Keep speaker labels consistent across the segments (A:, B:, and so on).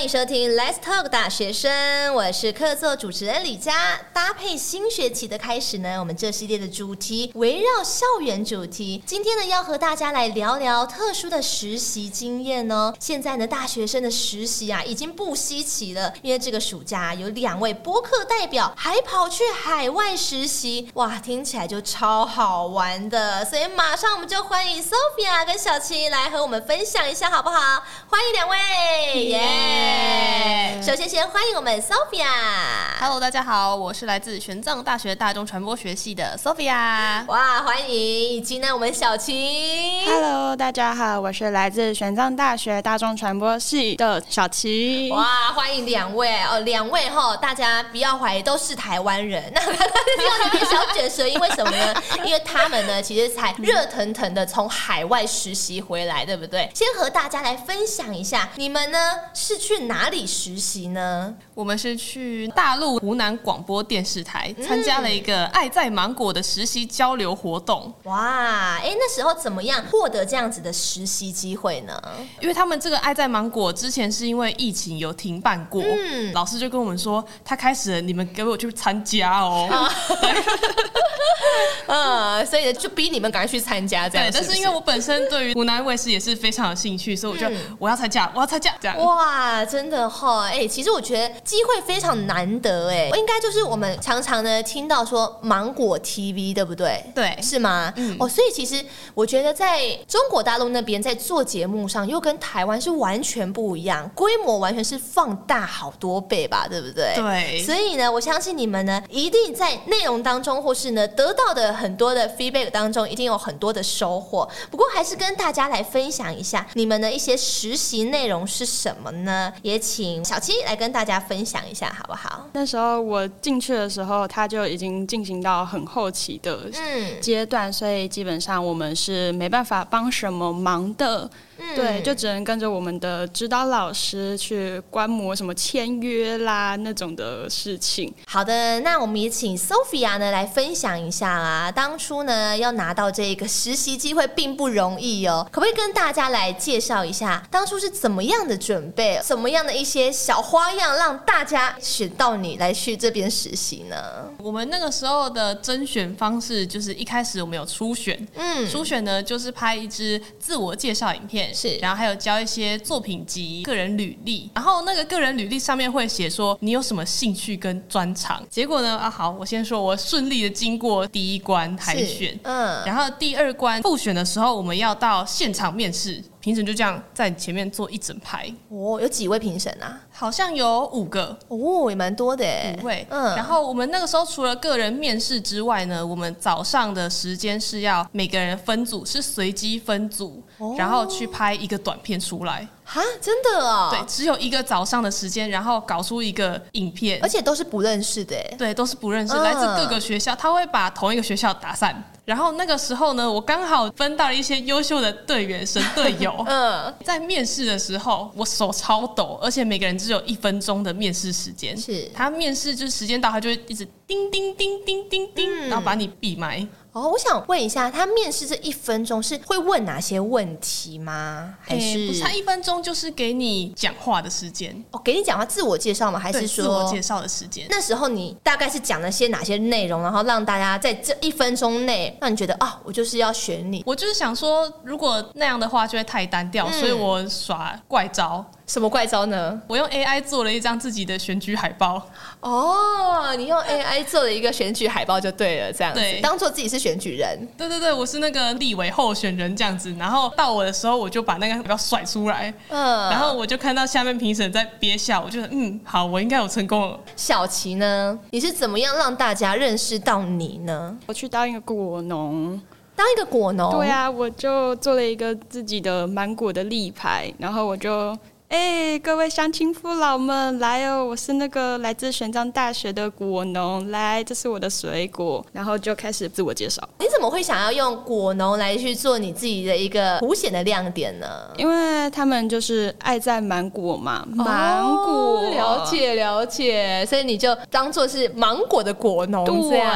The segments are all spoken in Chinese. A: 迎收听 Let's Talk 大学生，我是客座主持人李佳。搭配新学期的开始呢，我们这系列的主题围绕校园主题。今天呢，要和大家来聊聊特殊的实习经验哦。现在呢，大学生的实习啊，已经不稀奇了，因为这个暑假、啊、有两位播客代表还跑去海外实习，哇，听起来就超好玩的。所以马上我们就欢迎 Sophia 跟小七来和我们分享一下，好不好？欢迎两位，耶、首先，先欢迎我们 Sophia。
B: Hello，大家好，我是来自玄奘大学大众传播学系的 Sophia。
A: 哇，欢迎！以及呢，我们小琴。
C: Hello，大家好，我是来自玄奘大学大众传播系的小齐。
A: 哇，欢迎两位哦，两位哈，大家不要怀疑，都是台湾人。 那要变小卷舌，因为什么呢？因为他们呢，其实才热腾腾的从海外实习回来，对不对？先和大家来分享一下，你们呢是去哪里实习呢？
B: 我们是去大陆湖南广播电视台参加了一个“爱在芒果”的实习交流活动，
A: 哇，哎，那时候怎么样获得这样子的实习机会呢？
B: 因为他们这个“爱在芒果”之前是因为疫情有停办过，
A: 嗯
B: 老师就跟我们说，他开始了你们给我去参加哦。
A: 呃，所以就逼你们赶快去参加，这
B: 对
A: 样，
B: 但是因为我本身对于湖南卫视也是非常有兴趣，所以我就、
A: 嗯
B: 我要参加，我要参加这样。
A: 哇，真的哈、哎、其实我觉得机会非常难得哎、应该就是我们常常呢听到说芒果 TV 对不对？
B: 对
A: 是吗？哦，所以其实我觉得在中国大陆那边在做节目上，又跟台湾是完全不一样，规模完全是放大好多倍吧，对不对？
B: 对
A: 所以呢，我相信你们呢，一定在内容当中，或是呢得到的很多的 feedback 当中，一定有很多的收获。不过，还是跟大家来分享一下你们的一些实习内容是什么呢？也请小七来跟大家分享一下，好不好？
C: 那时候我进去的时候，它就已经进行到很后期的
A: 嗯，
C: 阶段，所以基本上我们是没办法帮什么忙的，
A: 嗯
C: 对，就只能跟着我们的指导老师去观摩什么签约啦那种的事情。
A: 好的，那我们也请 Sophia 呢来分享一下啊，当初呢要拿到这个实习机会并不容易哦，可不可以跟大家来介绍一下当初是怎么样的准备，怎么样的一些小花样让大家选到你来去这边实习呢？
B: 我们那个时候的甄选方式就是一开始我们有初选，
A: 嗯，
B: 初选呢，就是拍一支自我介绍影片，
A: 是
B: 然后还有交一些作品集、个人履历，然后那个个人履历上面会写说你有什么兴趣跟专长。结果呢，啊好，我先说我顺利的经过第一关海
A: 是
B: 选，
A: 嗯，
B: 然后第二关复选的时候，我们要到现场面试，评审就这样在你前面坐一整排，
A: 哦，有几位评审啊？
B: 好像有五个，
A: 哦，也蛮多的哎，
B: 位。
A: 嗯，
B: 然后我们那个时候除了个人面试之外呢，我们早上的时间是要每个人分组，是随机分组，
A: 哦
B: 然后去拍一个短片出来。
A: 哈，真的哦，
B: 对，，只有一个早上的时间，然后搞出一个影片
A: 而。且都是不认识的哎，
B: 对，都是不认识，
A: 嗯。
B: 来自各个学校，他会把同一个学校打散。然后那个时候呢，我刚好分到了一些优秀的队员、神队友
A: 嗯，
B: 在面试的时候，我手超抖，而且每个人只有一分钟的面试时间。
A: 是
B: 他面试就是时间到，他就会一直叮叮叮叮叮叮，
A: 嗯
B: 然后把你闭麦。
A: 哦，我想问一下，他面试这一分钟是会问哪些问题吗？还
B: 诶
A: 是
B: 不是他一分钟就是给你讲话的时间，
A: 哦，给你讲话自我介绍吗？还
B: 对
A: 是
B: 自我
A: 说
B: 介绍的时间？
A: 那时候你大概是讲了些哪些内容，然后让大家在这一分钟内让你觉得啊，我就是要选你
B: 我就是想说，如果那样的话就会太单调，
A: 嗯
B: 所以我耍怪招，
A: 什么怪招呢？
B: 我用 AI 做了一张自己的选举海报。
A: 哦，你用 AI 做了一个选举海报就对了，这样子
B: 对
A: 当做自己是选举人。
B: 对对对，我是那个立委候选人这样子，然后到我的时候我就把那个海报甩出来，
A: 嗯，
B: 然后我就看到下面评审在憋笑，我就嗯，好，我应该有成功了。
A: 小琪呢，你是怎么样让大家认识到你呢？
C: 我去当一个果农，
A: 当一个果农，
C: 对啊，我就做了一个自己的芒果的立牌，然后我就。哎、各位乡亲父老们，来哦！我是那个来自玄奘大学的果农，来，这是我的水果，然后就开始自我介绍。
A: 你怎么会想要用果农来去做你自己的一个凸显的亮点呢？
C: 因为他们就是爱在芒果嘛，哦芒果、
A: 哦了，解了解，所以你就当做是芒果的果农这
C: 对
A: 样，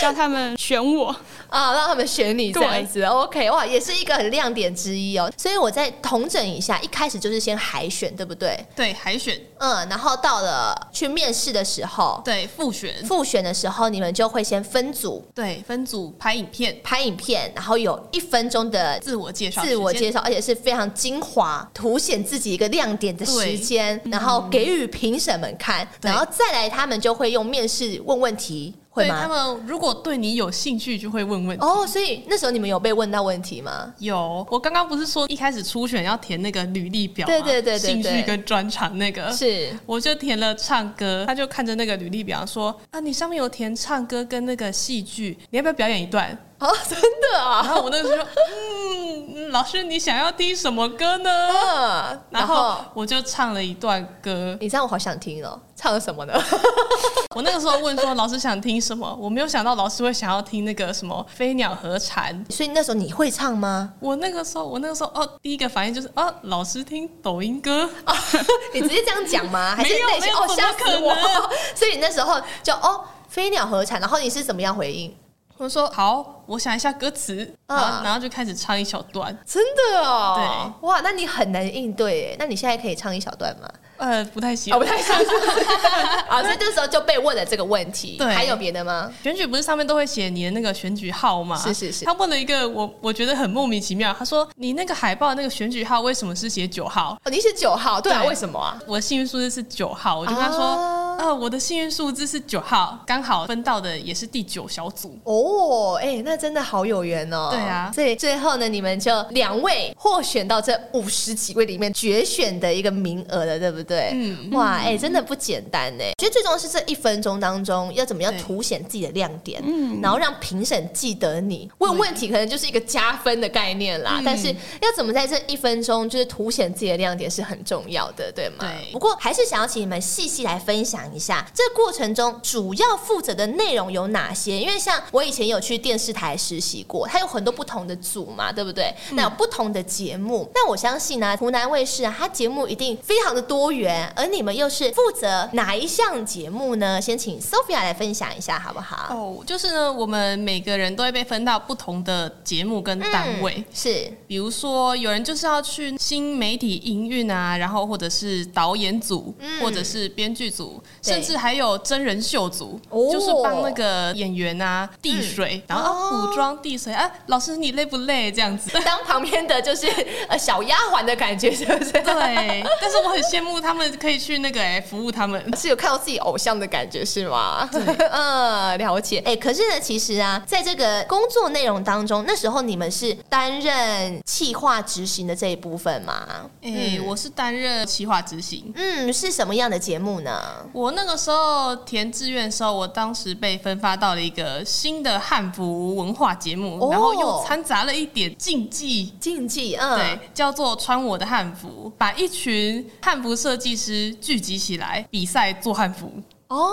C: 叫他们选我。
A: 啊，让他们选你这
C: 对
A: 样子。OK，哇，也是一个很亮点之一哦。所以我再统整一下，一开始就是先先海选，对不对？
B: 对海选，
A: 嗯，然后到了去面试的时候，
B: 对复选，
A: 复选的时候，你们就会先分组
B: 对分组拍影片，
A: 拍影片，然后有一分钟的
B: 自我介绍时间，
A: 自我介绍，而且是非常精华，凸显自己一个亮点的时间，然后给予评审们看，
B: 嗯对
A: 然后再来他们就会用面试问问题，会
B: 对他
A: 吗？
B: 们如果对你有兴趣，就会问问题。
A: 哦，所以那时候你们有被问到问题吗？
B: 有，我刚刚不是说一开始初选要填那个履历表吗？
A: 对对对对
B: 兴
A: 对
B: 趣跟专长那个。
A: 是
B: 我就填了唱歌，他就看着那个履历表说：“啊，你上面有填唱歌跟那个戏剧，你要不要表演 一段
A: 哦，真的？”
B: 然
A: 啊，
B: 后我那个时候说：“嗯，嗯老师，你想要听什么歌呢
A: 嗯，？”
B: 然
A: 然
B: 后
A: 后
B: 我就唱了一段歌。
A: 你让我好想听哦，唱了什么呢？
B: 我那个时候问说：“老师想听什么？”我没有想到老师会想要听那个什么《飞鸟和蝉》。
A: 所以那时候你会唱吗？
B: 我那个时候，我那个时候哦，第一个反应就是哦，老师听抖音歌。
A: 你直接这样讲 吗？还是
B: 没有
A: 内
B: 没
A: 心
B: 有
A: 哦
B: 怎么
A: 吓死
B: 可
A: 我
B: 能！
A: 所以你那时候就哦飞鸟合唱，然后你是怎么样回应？
B: 我说好，我想一下歌词，
A: 嗯
B: 然后然后就开始唱一小段，
A: 真的哦，对，哇，那你很难应对耶。那你现在可以唱一小段吗？
B: 呃，不太行。
A: 哦，不太像是不 是啊，所以这时候就被问了这个问题。
B: 对
A: 还有别的吗？
B: 选举不是上面都会写你的那个选举号码？
A: 是是是
B: 他问了一个我我觉得很莫名其妙，他说你那个海报那个选举号为什么是写九号？
A: 哦，你是九号，对啊，
B: 对
A: 为什么啊？
B: 我的幸运数字是九号，我就跟他说，
A: 啊
B: 呃，我的幸运数字是九号，刚好分到的也是第九小组。
A: 哦，哎、那真的好有缘哦。
B: 对啊
A: 所以最后呢，你们就两位获选到这五十几位里面决选的一个名额了，对不对？嗯，哇，哎、真的不简单呢。其实最重要是这一分钟当中要怎么样
B: 对
A: 凸显自己的亮点，
B: 嗯
A: 然后让评审记得你。问问题可能就是一个加分的概念啦，
B: 嗯
A: 但是要怎么在这一分钟就是凸显自己的亮点是很重要的，对吗？
B: 对
A: 不过还是想要请你们细细来分享一下，这过程中主要负责的内容有哪些？因为像我以前有去电视台实习过，它有很多不同的组嘛，对不对？
B: 嗯
A: 那有不同的节目，那我相信呢、湖南卫视啊，它节目一定非常的多元，而你们又是负责哪一项节目呢？先请 Sophia 来分享一下，好不好？
B: 哦，就是呢，我们每个人都会被分到不同的节目跟单位。
A: 嗯是
B: 比如说，有人就是要去新媒体营运啊，然后或者是导演组，
A: 嗯
B: 或者是编剧组，
A: 对
B: 甚至还有真人秀组，
A: 哦 嗯
B: 就是帮那个演员啊递水，然后啊
A: 哦
B: 补妆递水。哎、老师你累不累？这样子。
A: 当旁边的就是呃小丫鬟的感觉，是不是？
B: 对，但是我很羡慕他们可以去那个哎、服务他们。
A: 是有看到自己偶像的感觉是吗？ 嗯，了解。哎、可是呢，其实啊，在这个工作内容当中，那时候你们是担任企划执行的这一部分吗？
B: 哎、我是担任企划执行。
A: 嗯，是什么样的节目呢？
B: 我那个时候填志愿的时候，我当时被分发到了一个新的汉服文化节目，
A: 哦
B: 然后又掺杂了一点竞技
A: 竞技，嗯，
B: 对，叫做穿我的汉服，把一群汉服设计师聚集起来比赛做汉服。
A: 哦，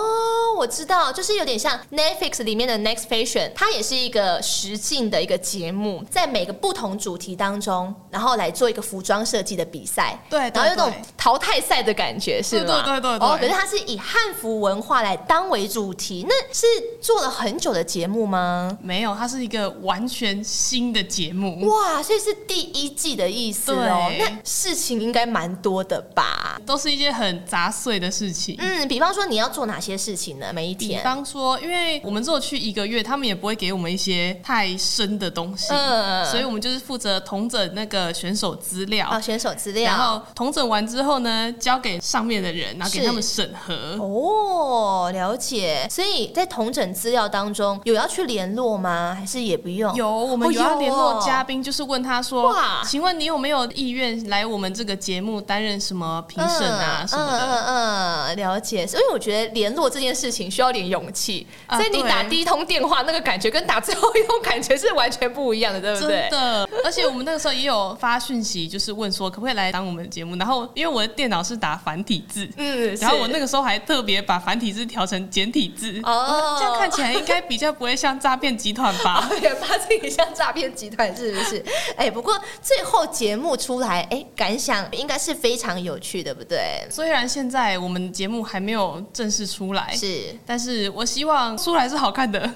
A: 我知道，就是有点像 Netflix 里面的 Next Fashion，它也是一个实境的一个节目，在每个不同主题当中，然后来做一个服装设计的比赛。
B: 对
A: 然
B: 对
A: 后有种
B: 对
A: 淘汰赛的感觉，是吗？
B: 对对对对
A: 哦，可是它是以汉服文化来当为主题，那是做了很久的节目吗？
B: 没有，它是一个完全新的节目，
A: 哇，所以是第一季的意思哦。
B: 嗯对
A: 那事情应该蛮多的吧？
B: 都是一些很杂碎的事情。
A: 嗯，比方说你要做哪些事情呢？每一
B: 比
A: 天？
B: 方说，因为我们只有去一个月，他们也不会给我们一些太深的东西，
A: 嗯
B: 所以我们就是负责统整那个选手资料，
A: 啊，选手资料，
B: 然后统整完之后呢，交给上面的人，然后给
A: 是
B: 他们审核。
A: 哦，了解。所以在同整资料当中，有要去联络吗？还是也不用？
B: 有，我们
A: 哦
B: 有要
A: 有
B: 联络
A: 哦
B: 嘉宾，就是问他说
A: 哇：“
B: 请问你有没有意愿来我们这个节目担任什么评审啊
A: 嗯
B: 什么的
A: 嗯嗯嗯，了解。所以我觉得联络这件事情需要点勇气，
B: 啊
A: 所以你
B: 对
A: 打第一通电话那个感觉跟打最后一通感觉是完全不一样的，？”对不对
B: 真？的，而且我们那个时候也有发讯息，就是问说可不可以来当我们的节目。然后因为我的电脑是打繁体字，
A: 嗯，
B: 然后我
A: 是
B: 那个时候还特别把繁体字调成简体字，
A: 哦？
B: 这样看起来应该比较不会像诈骗集团吧
A: 也发自己像诈骗集团是不是？哎、不过最后节目出来，哎、感想应该是非常有趣，对不对？
B: 虽然现在我们节目还没有正式出来，
A: 是，
B: 但是我希望 出来是好看的。
A: 啊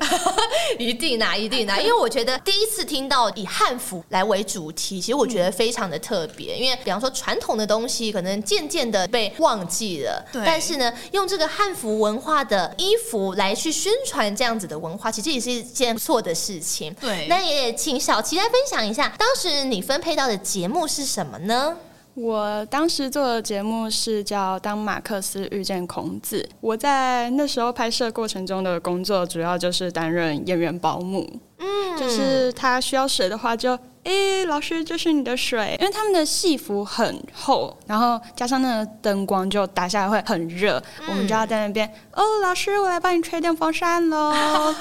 A: 一定啦，一定啦，因为我觉得第一次听到以汉服来为主题，其实我觉得非常的特别，因为比方说传统的东西可能渐渐的被忘记了，
B: 对
A: 但是呢，用这个汉服文化的衣服来去宣传这样子的文化，其实也是一件不错的事情。
B: 对
A: 那也请小琪来分享一下，当时你分配到的节目是什么呢？
C: 我当时做的节目是叫《当马克思遇见孔子》，我在那时候拍摄过程中的工作主要就是担任演员保姆，嗯，就是他需要水的话就。诶、老师，这是你的水，因为他们的戏服很厚，然后加上那个灯光就打下来会很热，我们就要在那边哦，老师，我来帮你吹电风扇 喽，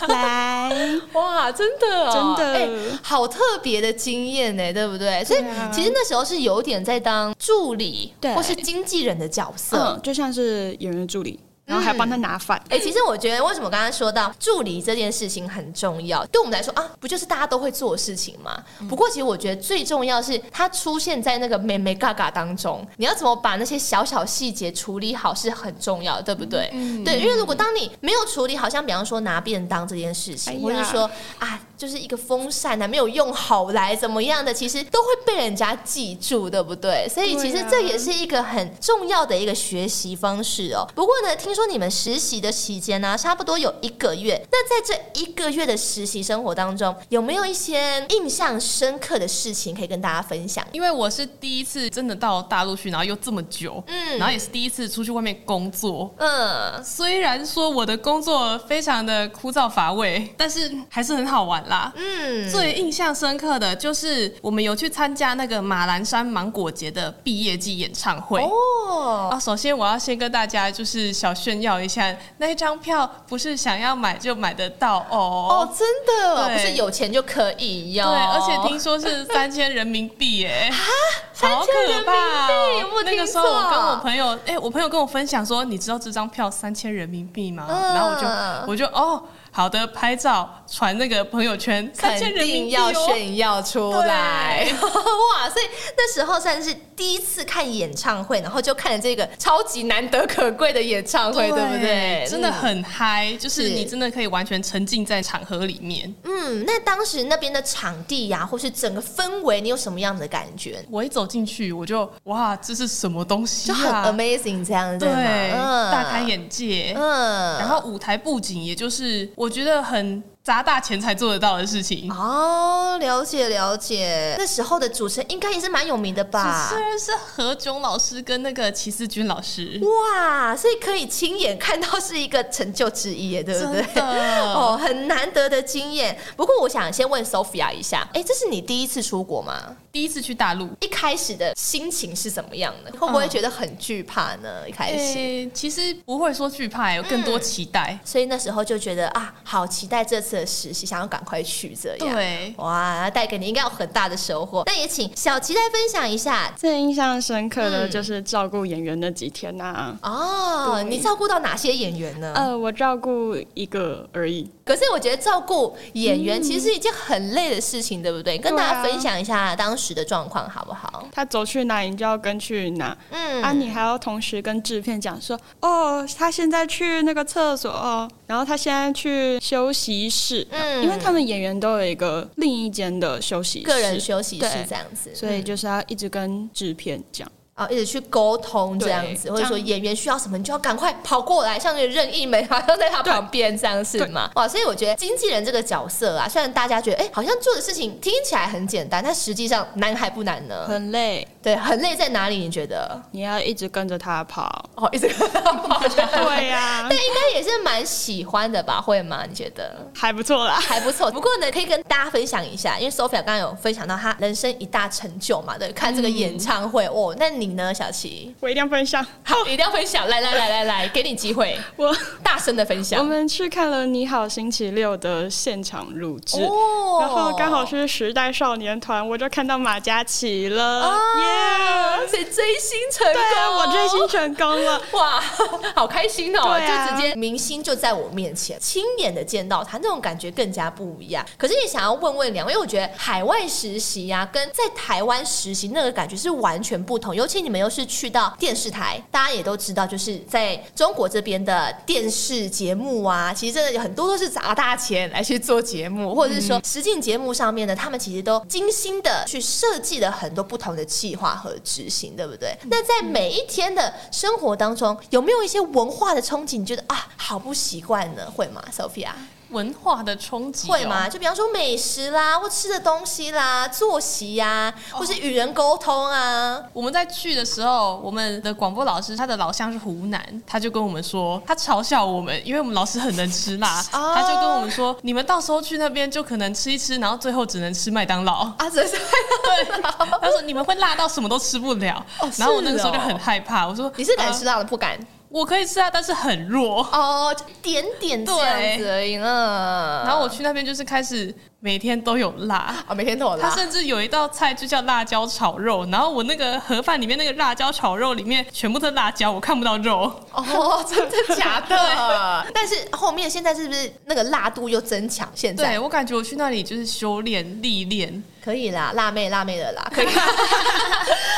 C: 来，
A: 哇，真的、
C: 哦
A: 哎、
C: 哎
A: 好特别的经验呢，对不对？所以其实那时候是有点在当助理
C: 对
A: 或是经纪人的角色。
C: 嗯，就像是演员助理，然后还帮他拿饭，
A: 哎、其实我觉得，为什么刚刚说到助理这件事情很重要？对我们来说啊，不就是大家都会做的事情吗？不过，其实我觉得最重要是它出现在那个美美嘎嘎当中，你要怎么把那些小小细节处理好是很重要的，对不对？
C: 嗯
A: 对，因为如果当你没有处理好，像比方说拿便当这件事情，
C: 哎呀
A: 或是说啊，就是一个风扇啊没有用好来怎么样的，其实都会被人家记住，对不对？所以其实
C: 对啊
A: 这也是一个很重要的一个学习方式哦。不过呢，听说你们实习的期间呢、啊差不多有一个月。那在这一个月的实习生活当中，有没有一些印象深刻的事情可以跟大家分享？
B: 因为我是第一次真的到大陆去，然后又这么久，
A: 嗯
B: 然后也是第一次出去外面工作。
A: 嗯，
B: 虽然说我的工作非常的枯燥乏味，但是还是很好玩啦。
A: 嗯
B: 最印象深刻的就是我们有去参加那个马栏山芒果节的毕业季演唱会。
A: 哦，
B: 啊，首先我要先跟大家就是小炫耀一下，那一张票不是想要买就买得到哦。
A: 哦，真的哦，
B: 对
A: 不是有钱就可以哟、
B: 对，而且听说是三千人民币 耶，
A: 啊
B: 好
A: 3000
B: 可怕、哦！
A: 人民币我
B: 那个
A: 听
B: 时候我
A: 错
B: 跟我朋友，哎、我朋友跟我分享说，你知道这张票三千人民币吗？
A: 嗯
B: 然后我就我就哦，好的，拍照传那个朋友圈，三千
A: 肯
B: 人民
A: 定
B: 币
A: 要
B: 哦。
A: 炫耀出来， 哇！所以那时候算是第一次看演唱会，然后就看了这个超级难得可贵的演唱会，对不对？
B: 真的
A: 嗯。
B: 很嗨，就是
A: 是
B: 你真的可以完全沉浸在场合里面。
A: 嗯，那当时那边的场地呀、或是整个氛围，你有什么样的感觉？
B: 我一走进去，我就哇，这是什么东西
A: 就
B: 啊？
A: 很 amazing 这样子
B: 对，
A: 吗，
B: 大开。眼界。
A: 嗯，
B: 然后舞台布景，也就是我觉得很砸大钱才做得到的事情。
A: 哦，了解了解。那时候的主持人应该也是蛮有名的吧？
B: 虽然是何炅老师跟那个齐思钧老师，
A: 哇，所以可以亲眼看到是一个成就之一耶，对不对？
B: 真 的
A: 哦，很难得的经验。不过我想先问 Sophia 一下，哎，这是你第一次出国吗？
B: 第一次去大陆。
A: 一开始的心情是怎么样的？会不会觉得很惧怕呢？一开始，
B: 诶、哎其实不会说惧怕，有更多
A: 嗯
B: 期待。
A: 所以那时候就觉得啊，好期待这次的实习，想要赶快去这样。
B: 对，
A: 哇，带给你应该有很大的收获。那也请小琪来分享一下
C: 最印象深刻的
A: 嗯
C: 就是照顾演员那几天呐、
A: 哦，
C: 对
A: 你照顾到哪些演员呢？
C: 呃，我照顾一个而已。
A: 可是我觉得照顾演员其实是一件很累的事情，对不对？跟大家分享一下当时的状况好不好？
C: 他走去哪，你就要跟去哪、
A: 嗯，
C: 啊！你还要同时跟制片讲说，哦，他现在去那个厕所哦，然后他现在去休息室，
A: 嗯
C: 因为他们演员都有一个另一间的休息室，
A: 个人休息室
C: 对
A: 这样子，嗯
C: 所以就是要一直跟制片讲。
A: 哦，一直去沟通这样子，
C: 对
A: 或者说
C: 这样
A: 演员需要什么，你就要赶快跑过来，像那个任意门，好像在他旁边这样是吗？哇，所以我觉得经纪人这个角色啊，虽然大家觉得哎、好像做的事情听起来很简单，但实际上难还不难呢。
C: 很累，
A: 对，很累在哪里？你觉得？。
C: 你要一直跟着他跑
A: 哦，一直
C: 对呀、
A: 但应该也是蛮喜欢的吧？会吗？你觉得？
C: 还不错啦。
A: 还不错。不过呢，可以跟大家分享一下，因为 Sophia 刚刚有分享到她人生一大成就嘛，对，看这个演唱会、哦。那你呢，小琪？
C: 我一定要分享。
A: 好，一定要分享，来来来来来，给你机会，
C: 我
A: 大声的分
C: 我
A: 享。
C: 们去看了《你好星期六》的现场录制。
A: 哦
C: 然后刚好是时代少年团，我就看到马嘉祺了，
A: 哦
C: 耶、耶！
A: 所以追星成功，
C: 对啊，我追星成功了。
A: 哇，好开心哦！
C: 对啊
A: 就直接明星就在我面前，亲眼的见到他，那种感觉更加不一样。可是也想要问问两位，因为我觉得海外实习呀、跟在台湾实习那个感觉是完全不同。尤其你们又是去到电视台，大家也都知道，就是在中国这边的电视节目啊，其实真的有很多都是砸大钱来去做节目，或者是说实境节目上面呢，他们其实都精心的去设计了很多不同的计划和执行，对不对？那在每一天的生活当中，有没有一些文化的冲击？你觉得啊，好不习惯呢？会吗，Sophia？
B: 文化的冲击、哦、
A: 会吗？？就比方说美食啦，或吃的东西啦，作息呀、或是与人沟通啊。
B: 我们在去的时候，我们的广播老师他的老乡是湖南，他就跟我们说，他嘲笑我们，因为我们老师很能吃 辣，
A: 哦
B: 他就跟我们说，你们到时候去那边就可能吃一吃，然后最后只能吃麦当 劳。
A: 啊， 真是
B: 他说你们会辣到什么都吃不了，
A: 哦
B: 然后我那个
A: 是
B: 时
A: 哦
B: 候就很害怕，我说
A: 你是敢吃
B: 呃
A: 辣的，不敢
B: 我可以吃啊，但是很弱。
A: 哦，就点点这样子而已呢。
B: 然后我去那边就是开始每天都有辣，
A: 啊，每天都有
B: 它
A: 辣，
B: 甚至有一道菜就叫辣椒炒肉，然后我那个盒饭里面那个辣椒炒肉里面全部都是辣椒，我看不到肉。
A: 哦，真的假的？ 但是后面现在是不是那个辣度又增强？现在
B: 对我感觉我去那里就是修炼历练，
A: 可以啦，辣妹辣妹的啦，可以。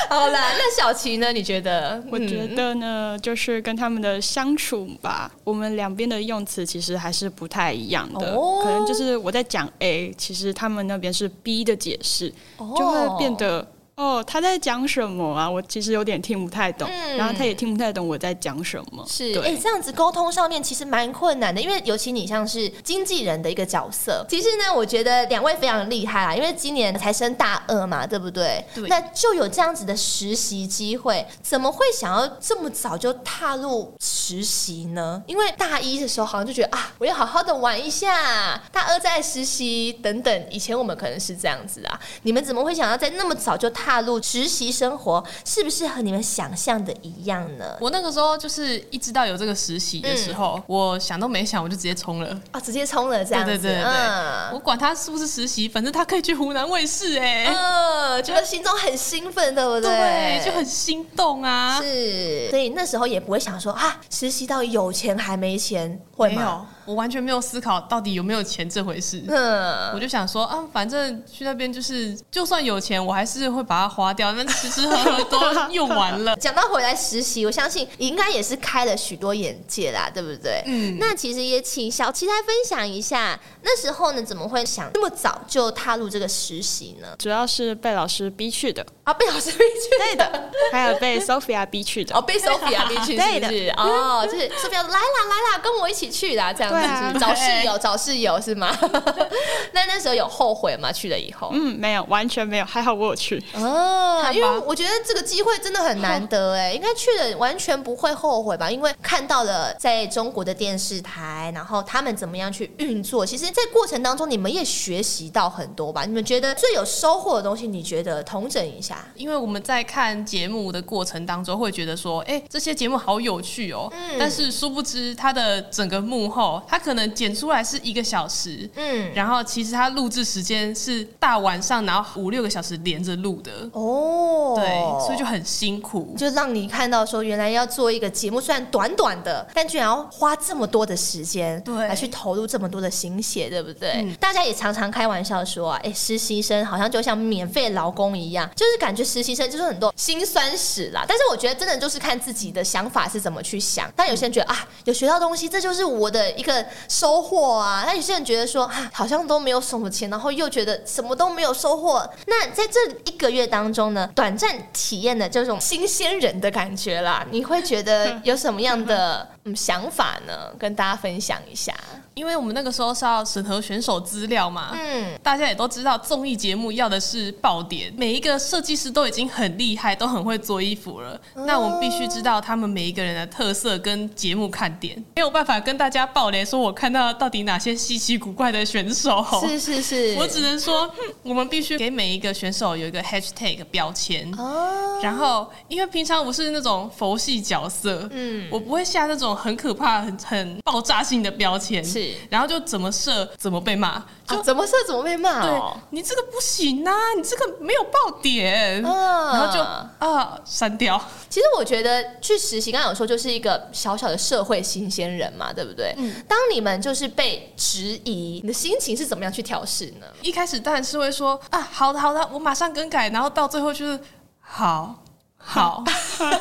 A: 好啦，那小琪呢？你觉得？
C: 我觉得呢，就是跟他们的相处吧，我们两边的用词其实还是不太一样的。
A: 哦
C: 可能就是我在讲 A，其实他们那边是 B 的解释，
A: 嗯
C: 就会变。得哦，他在讲什么啊？我其实有点听不太懂，
A: 嗯
C: 然后他也听不太懂我在讲什么。
A: 是，哎、
C: 对。
A: 这样子沟通上面其实蛮困难的，因为尤其你像是经纪人的一个角色。其实呢，我觉得两位非常厉害啦，因为今年才升大二嘛，对不对？
B: 对
A: 那就有这样子的实习机会，怎么会想要这么早就踏入实习呢？因为大一的时候好像就觉得啊，我要好好的玩一下，大二再来实习等等。以前我们可能是这样子啊，你们怎么会想要在那么早就踏入实习生活？是不是和你们想象的一样呢？
B: 我那个时候就是一知道有这个实习的时候，
A: 嗯
B: 我想都没想，我就直接冲了。
A: 啊，直接冲了这样子，
B: 对对对对
A: 嗯
B: 我管他是不是实习，反正他可以去湖南卫视哎、
A: 嗯，觉得心中很兴奋，对不
B: 对，就很心动啊。
A: 是，所以那时候也不会想说啊，实习到底有钱还没钱，会
B: 没
A: 吗？
B: 有，我完全没有思考到底有没有钱这回事。
A: 嗯，。
B: 我就想说啊，反正去那边就是，就算有钱，我还是会把它花掉，那吃吃喝喝都用完了
A: 讲到回来实习，我相信你应该也是开了许多眼界啦，对不对？
B: 嗯
A: 那其实也请小七来分享一下，那时候呢怎么会想那么早就踏入这个实习呢？
C: 主要是被老师逼去 的，
A: 啊，被老师逼去
C: 对的，还有被 Sophia 逼去的
A: 哦，。被 Sophia 逼去是
C: 对
A: 不
C: 的
A: 是？ 哦，就是 Sophia 说来啦来啦，跟我一起去啦，这样子、
C: 对啊
A: 找室友找室友是吗？ 那那时候有后悔吗？去了以后？
C: 嗯，没有，完全没有，还好我有去。
A: 哦，
B: 看吧哦
A: 因为我觉得这个机会真的很难得哎，应该去了完全不会后悔吧？因为看到了在中国的电视台，然后他们怎么样去运作，其实，在过程当中你们也学习到很多吧？你们觉得最有收获的东西，你觉得统整一下？
B: 因为我们在看节目的过程当中，会觉得说，哎、这些节目好有趣哦、
A: 嗯
B: 但是殊不知，它的整个幕后，它可能剪出来是一个小时，
A: 嗯，
B: 然后其实它录制时间是大晚上，然后五六个小时连着录的，
A: 哦，
B: 对，所以就很辛苦。
A: 就让你看到说，原来要做一个节目，虽然短短的，但居然要花这么多的时间，
B: 对
A: 来去投入这么多的心血，对不对？大家也常常开玩笑说啊，哎，实习生好像就像免费劳工一样，就是感觉实习生就是很多辛酸史啦。但是我觉得真的就是看自己的想法是怎么去想。但有些人觉得啊，有学到东西，这就是我的一个收获啊。那有些人觉得说啊，好像都没有什么钱，然后又觉得什么都没有收获。那在这一个月当中呢，短暂体验的这种新鲜人的感觉啦，你会觉得有什么样的嗯想法呢？跟大家分享一下。
B: 因为我们那个时候是要审核选手资料嘛，
A: 嗯，
B: 大家也都知道，综艺节目要的是爆点，每一个设计师都已经很厉害，都很会做衣服了。
A: 嗯
B: 那我们必须知道他们每一个人的特色跟节目看点，没有办法跟大家爆雷，说我看到到底哪些稀奇古怪的选手。
A: 是是是，
B: 我只能说，嗯我们必须给每一个选手有一个 hashtag 标签。
A: 哦，
B: 然后，因为平常我是那种佛系角色，
A: 嗯
B: 我不会下那种种很可怕、很很爆炸性的标签，
A: 是，
B: 然后就怎么射怎么被骂，嗯就、
A: 啊怎么射怎么被骂
B: 对
A: 哦，
B: 你这个不行啊，你这个没有爆点，
A: 嗯
B: 然后就啊删掉，
A: 其实我觉得去实习，刚刚有说就是一个小小的社会新鲜人嘛，对不对？
B: 嗯
A: 当你们就是被质疑，你的心情是怎么样去调试呢？
B: 一开始当然是会说啊，好的好的，我马上更改，然后到最后就是好 好，
A: 过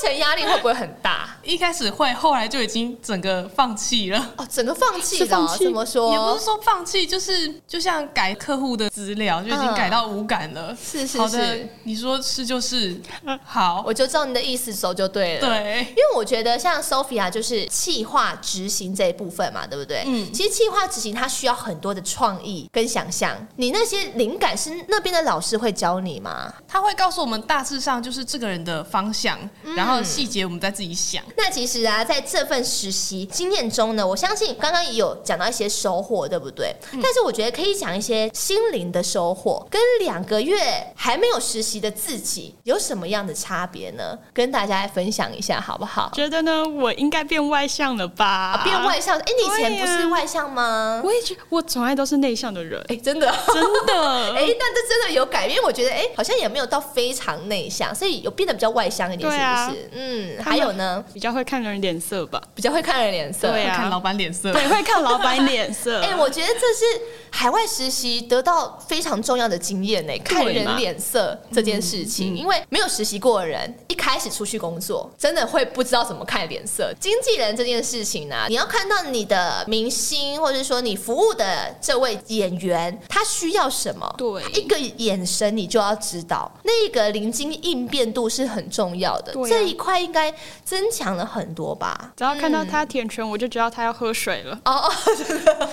A: 程压力会不会很大？
B: 一开始会，后来就已经整个放弃了。
A: 哦，整个放弃
C: 是
A: 了哦，
C: 放弃
A: 怎么
B: 也不
A: 说
B: 是？说放弃，就是就像改客户的资料，就已经改到无感了。
A: 嗯是是
B: 好
A: 是嗯
B: 的，你说是就是好，
A: 我就照你的意思走就对了。
B: 对
A: 因为我觉得像 Sophia 就是企划执行这一部分嘛，对不对？嗯，其实企划执行它需要很多的创意跟想象。你那些灵感是那边的老师会教你吗？
B: 他会告诉我们大致上就是这个人的方向，
A: 嗯
B: 然后细节我们再自己想。
A: 那其实啊，在这份实习经验中呢，我相信刚刚也有讲到一些收获，对不对？但是我觉得可以讲一些心灵的收获，跟两个月还没有实习的自己有什么样的差别呢？跟大家来分享一下，好不好？
C: 觉得呢，我应该变外向了吧？
A: 啊，变外，向，哎、你以前
C: 对
A: 不
C: 呀
A: 是外向吗？
C: 我也觉我从来都是内向的人，
A: 哎、真的。
C: 真 的。
A: 哎、但这真的有改变，我觉得哎、好像也没有到非常内向，所以有变得比较外向一点，是
C: 对啊
A: 不是？嗯，
C: 他
A: 还
C: 们
A: 有呢，
C: 比较会看人脸色吧，
A: 比较会看人脸色。
C: 对
B: 会
C: 啊
B: 看老板脸色，
C: 对，会看老板脸色。
A: 哎、我觉得这是海外实习得到非常重要的经验呢、看人脸色这件事
C: 嗯
A: 情，因为没有实习过的人，一开始出去工作，真的会不知道怎么看脸色。经纪人这件事情啊呢、你要看到你的明星，或者说你服务的这位演员，他需要什么，
C: 对
A: 一个眼神你就要知道，那个临机应变度是很重要的，
C: 对啊
A: 这一块应该增强了很多吧。
C: 只要看到他舔唇，我就知道他要喝水了。
A: 哦，真的，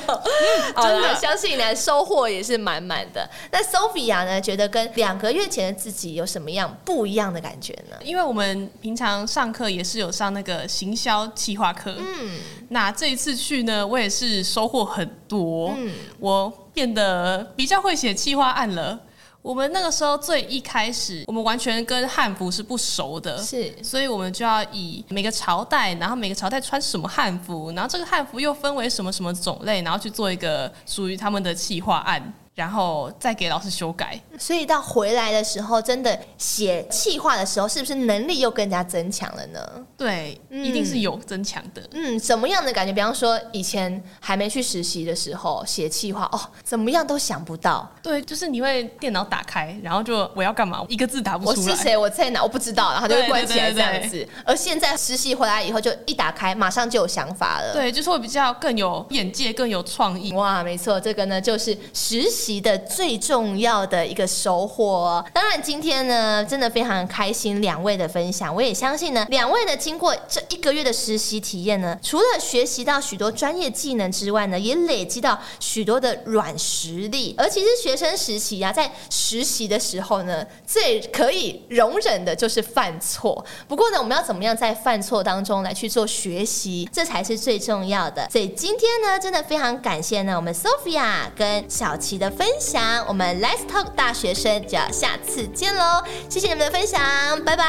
A: 好
C: 真
A: 了，
C: 的
A: 相信呢收获也是满满的。那 Sophia 呢，觉得跟两个月前的自己有什么样不一样的感觉呢？
B: 因为我们平常上课也是有上那个行销企划课，嗯，那这一次去呢，我也是收获很多，
A: 哦
B: 嗯，我变得比较会写企划案了。我们那个时候最一开始，我们完全跟汉服是不熟的，
A: 是
B: 所以我们就要以每个朝代，然后每个朝代穿什么汉服，然后这个汉服又分为什么什么种类，然后去做一个属于他们的企划案，然后再给老师修改。
A: 所以到回来的时候，真的写气话的时候，是不是能力又更加增强了呢？
B: 对，一定是有增强的。
A: 嗯，怎么样的感觉？比方说以前还没去实习的时候，写气话哦，怎么样都想不到，
B: 对，就是你会电脑打开，然后就我要干嘛，一个字打不
A: 我
B: 出
A: 是
B: 来。
A: 谁，我在哪，我不知道，然后就会
B: 对
A: 关起来
B: 对对
A: 这样子。而现在实习回来以后，就一打开，马上就有想法了。
B: 对，就是会比较更有眼界，更有创意。
A: 哇，没错，这个呢就是实习的最重要的一个收获哦、当然，今天呢真的非常开心两位的分享，我也相信呢，两位呢经过这一个月的实习体验呢，除了学习到许多专业技能之外呢，也累积到许多的软实力。而其实学生时期啊，在实习的时候呢，最可以容忍的就是犯错。不过呢，我们要怎么样在犯错当中来去做学习，这才是最重要的。所以今天呢，真的非常感谢呢我们 Sophia 跟小琪的分享。我们 Let's Talk 大学生就要下次见喽，谢谢你们的分享，拜拜，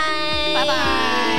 B: 拜拜。